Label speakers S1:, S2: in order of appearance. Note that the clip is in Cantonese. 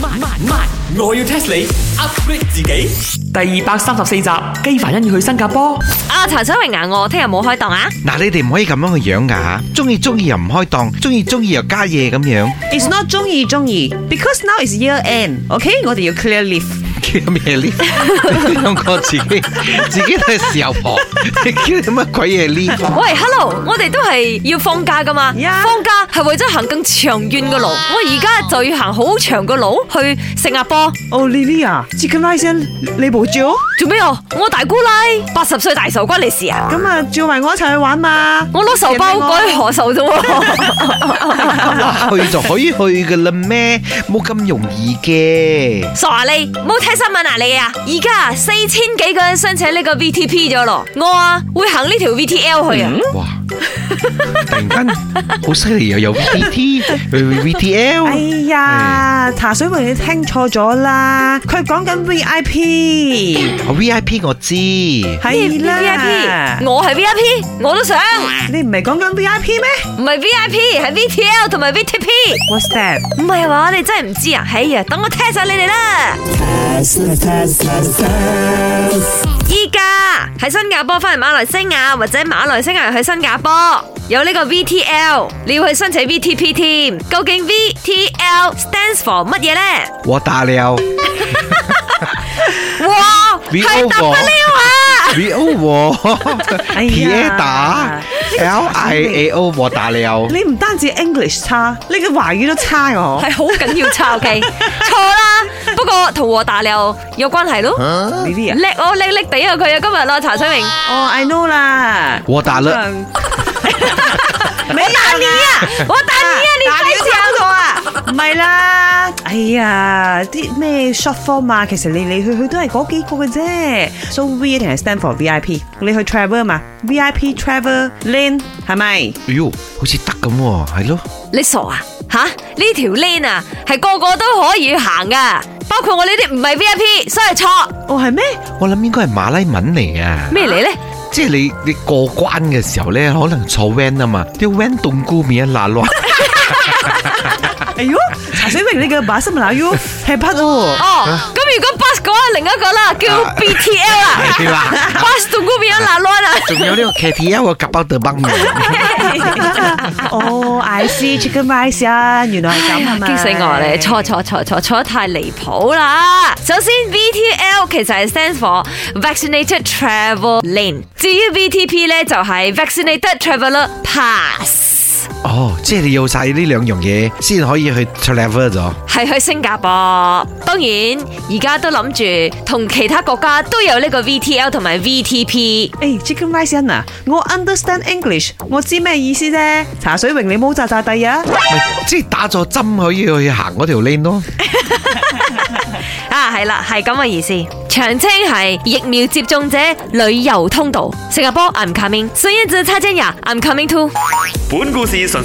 S1: 慢慢慢，我要 test 你 upgrade 自己。第二百三十四集，基凡欣要去新加坡。
S2: 啊，茶水榮啊，我聽日冇開檔啊。
S3: 嗱，你哋唔可以咁樣去樣噶吓，中意中意又唔開檔，中意中意又加嘢咁樣，
S4: It's not 中意中意，because now is year end。OK，我哋要 clear leave。
S3: 叫咩呢？你兩個自 己自己都係豉油婆，你叫你乜鬼嘢 呢？
S2: 喂，Hello，我哋都係要放假噶嘛
S4: Yeah
S2: 放假係為咗行更長遠嘅路。我而家就要行好長嘅路去新加坡。
S4: 哦，Lily 啊，Chicken Rice 你冇做，
S2: 做咩啊？我大姑奶八十歲大壽關你事啊！
S4: 咁啊叫埋我一齊去玩嘛。
S2: 我攞壽包改何壽啫喎。
S3: 去就可以去噶啦咩？冇咁容易嘅。
S2: 傻啊你，冇睇新聞啊你啊！而家四千幾個人申請呢個 VTP 咗咯，我啊會行呢條 VTL 去啊。
S4: 嗯
S3: 哇！突然間好犀利，又有 VT、
S4: 哎
S3: VTL，
S4: 呀，茶水妹你聽錯咗啦，佢講緊 VIP
S3: 我 VIP 我知，
S4: 係
S2: V I
S4: 啦
S2: P，，我係 V I P，我都想，唔
S4: 你唔係講緊 VIP 咩
S2: 係 V I P，係 V T L 同埋 V T P。
S4: ？What's that？
S2: 唔係話，你真係唔知啊！哎呀，等我 test 下你哋啦。依家喺新加坡翻嚟馬來西亞，或者馬來西亞去新加坡，有呢個 VTL，你要去申請 VTP 添。究竟 VTL stands for 乜嘢呢？
S3: 我打了
S2: 哇，
S3: V
S2: 係 W 啊！
S3: VO
S4: 哎
S3: 我
S4: 呀
S3: T 打 L I A O 我打哦了。
S4: 你唔單止 English 差，你嘅華語都差哦我。
S2: 係好緊要抄嘅， 錯啦。不過同和大流有關係咯，
S4: Lily 啊，
S2: 叻哦叻叻地啊佢啊今日咯，茶水明。
S4: 哦，I know 啦，
S3: 我打了，
S4: 嗯沒有
S2: 打你啊！我打你 啊！你
S4: 打
S2: 快
S4: 你
S2: 笑我啊！
S4: 唔係啦，哎呀，啲咩 short form 啊，其實嚟嚟去去都係嗰幾個嘅啫。So V 一定係 stand for VIP，你去 travel 嘛，VIP travel lane 係咪？
S3: 哎呦，好似得咁喎，係咯，
S2: 你傻啊？吓呢條 lane 啊，係個個都可以行噶，包括我呢啲唔係 V I P，所以錯
S4: 哦係咩？
S3: 我諗應該係馬拉文嚟啊，
S2: 咩嚟呢？
S3: 即係你你過關嘅時候咧，可能坐 van 啊嘛，啲 van 凍菇面一 辣落，
S4: 哎喲，茶水榮你嘅把心嗱喲係不 哦。
S2: 哦，咁如果 bus 嗰係另一個啦，叫啊 B T L 啦
S3: 係啦，
S2: ，bus 同嗰邊一爛攣啦。
S3: 仲有呢個 KTL 嘅夾包特崩嘅，
S4: 哦，I see chicken rice 啊，原來係咁啊嘛。
S2: 激死我你！錯錯錯錯錯得太離譜啦！首先 VTL 其實係 stands for Vaccinated Travel Lane，至於 VTP 咧就係 Vaccinated Traveller Pass，
S3: 哦，即係你有晒呢兩樣嘢先可以去 travel 咗，
S2: 係去新加坡。當然而家都諗住同其他國家都有呢個 VTL 同埋
S4: 誒、
S2: VTP。
S4: chicken rice 欣啊，我 understand English，我知咩意思啫。茶水榮你冇炸炸地啊！
S3: 咪即係打咗針可以去行嗰條 lane 咯，
S2: 啊，係啦，係咁嘅意思。長青係疫苗接種者旅遊通道，新加坡 I'm coming，孫燕姿、蔡健雅 I'm coming too。
S1: 本故事純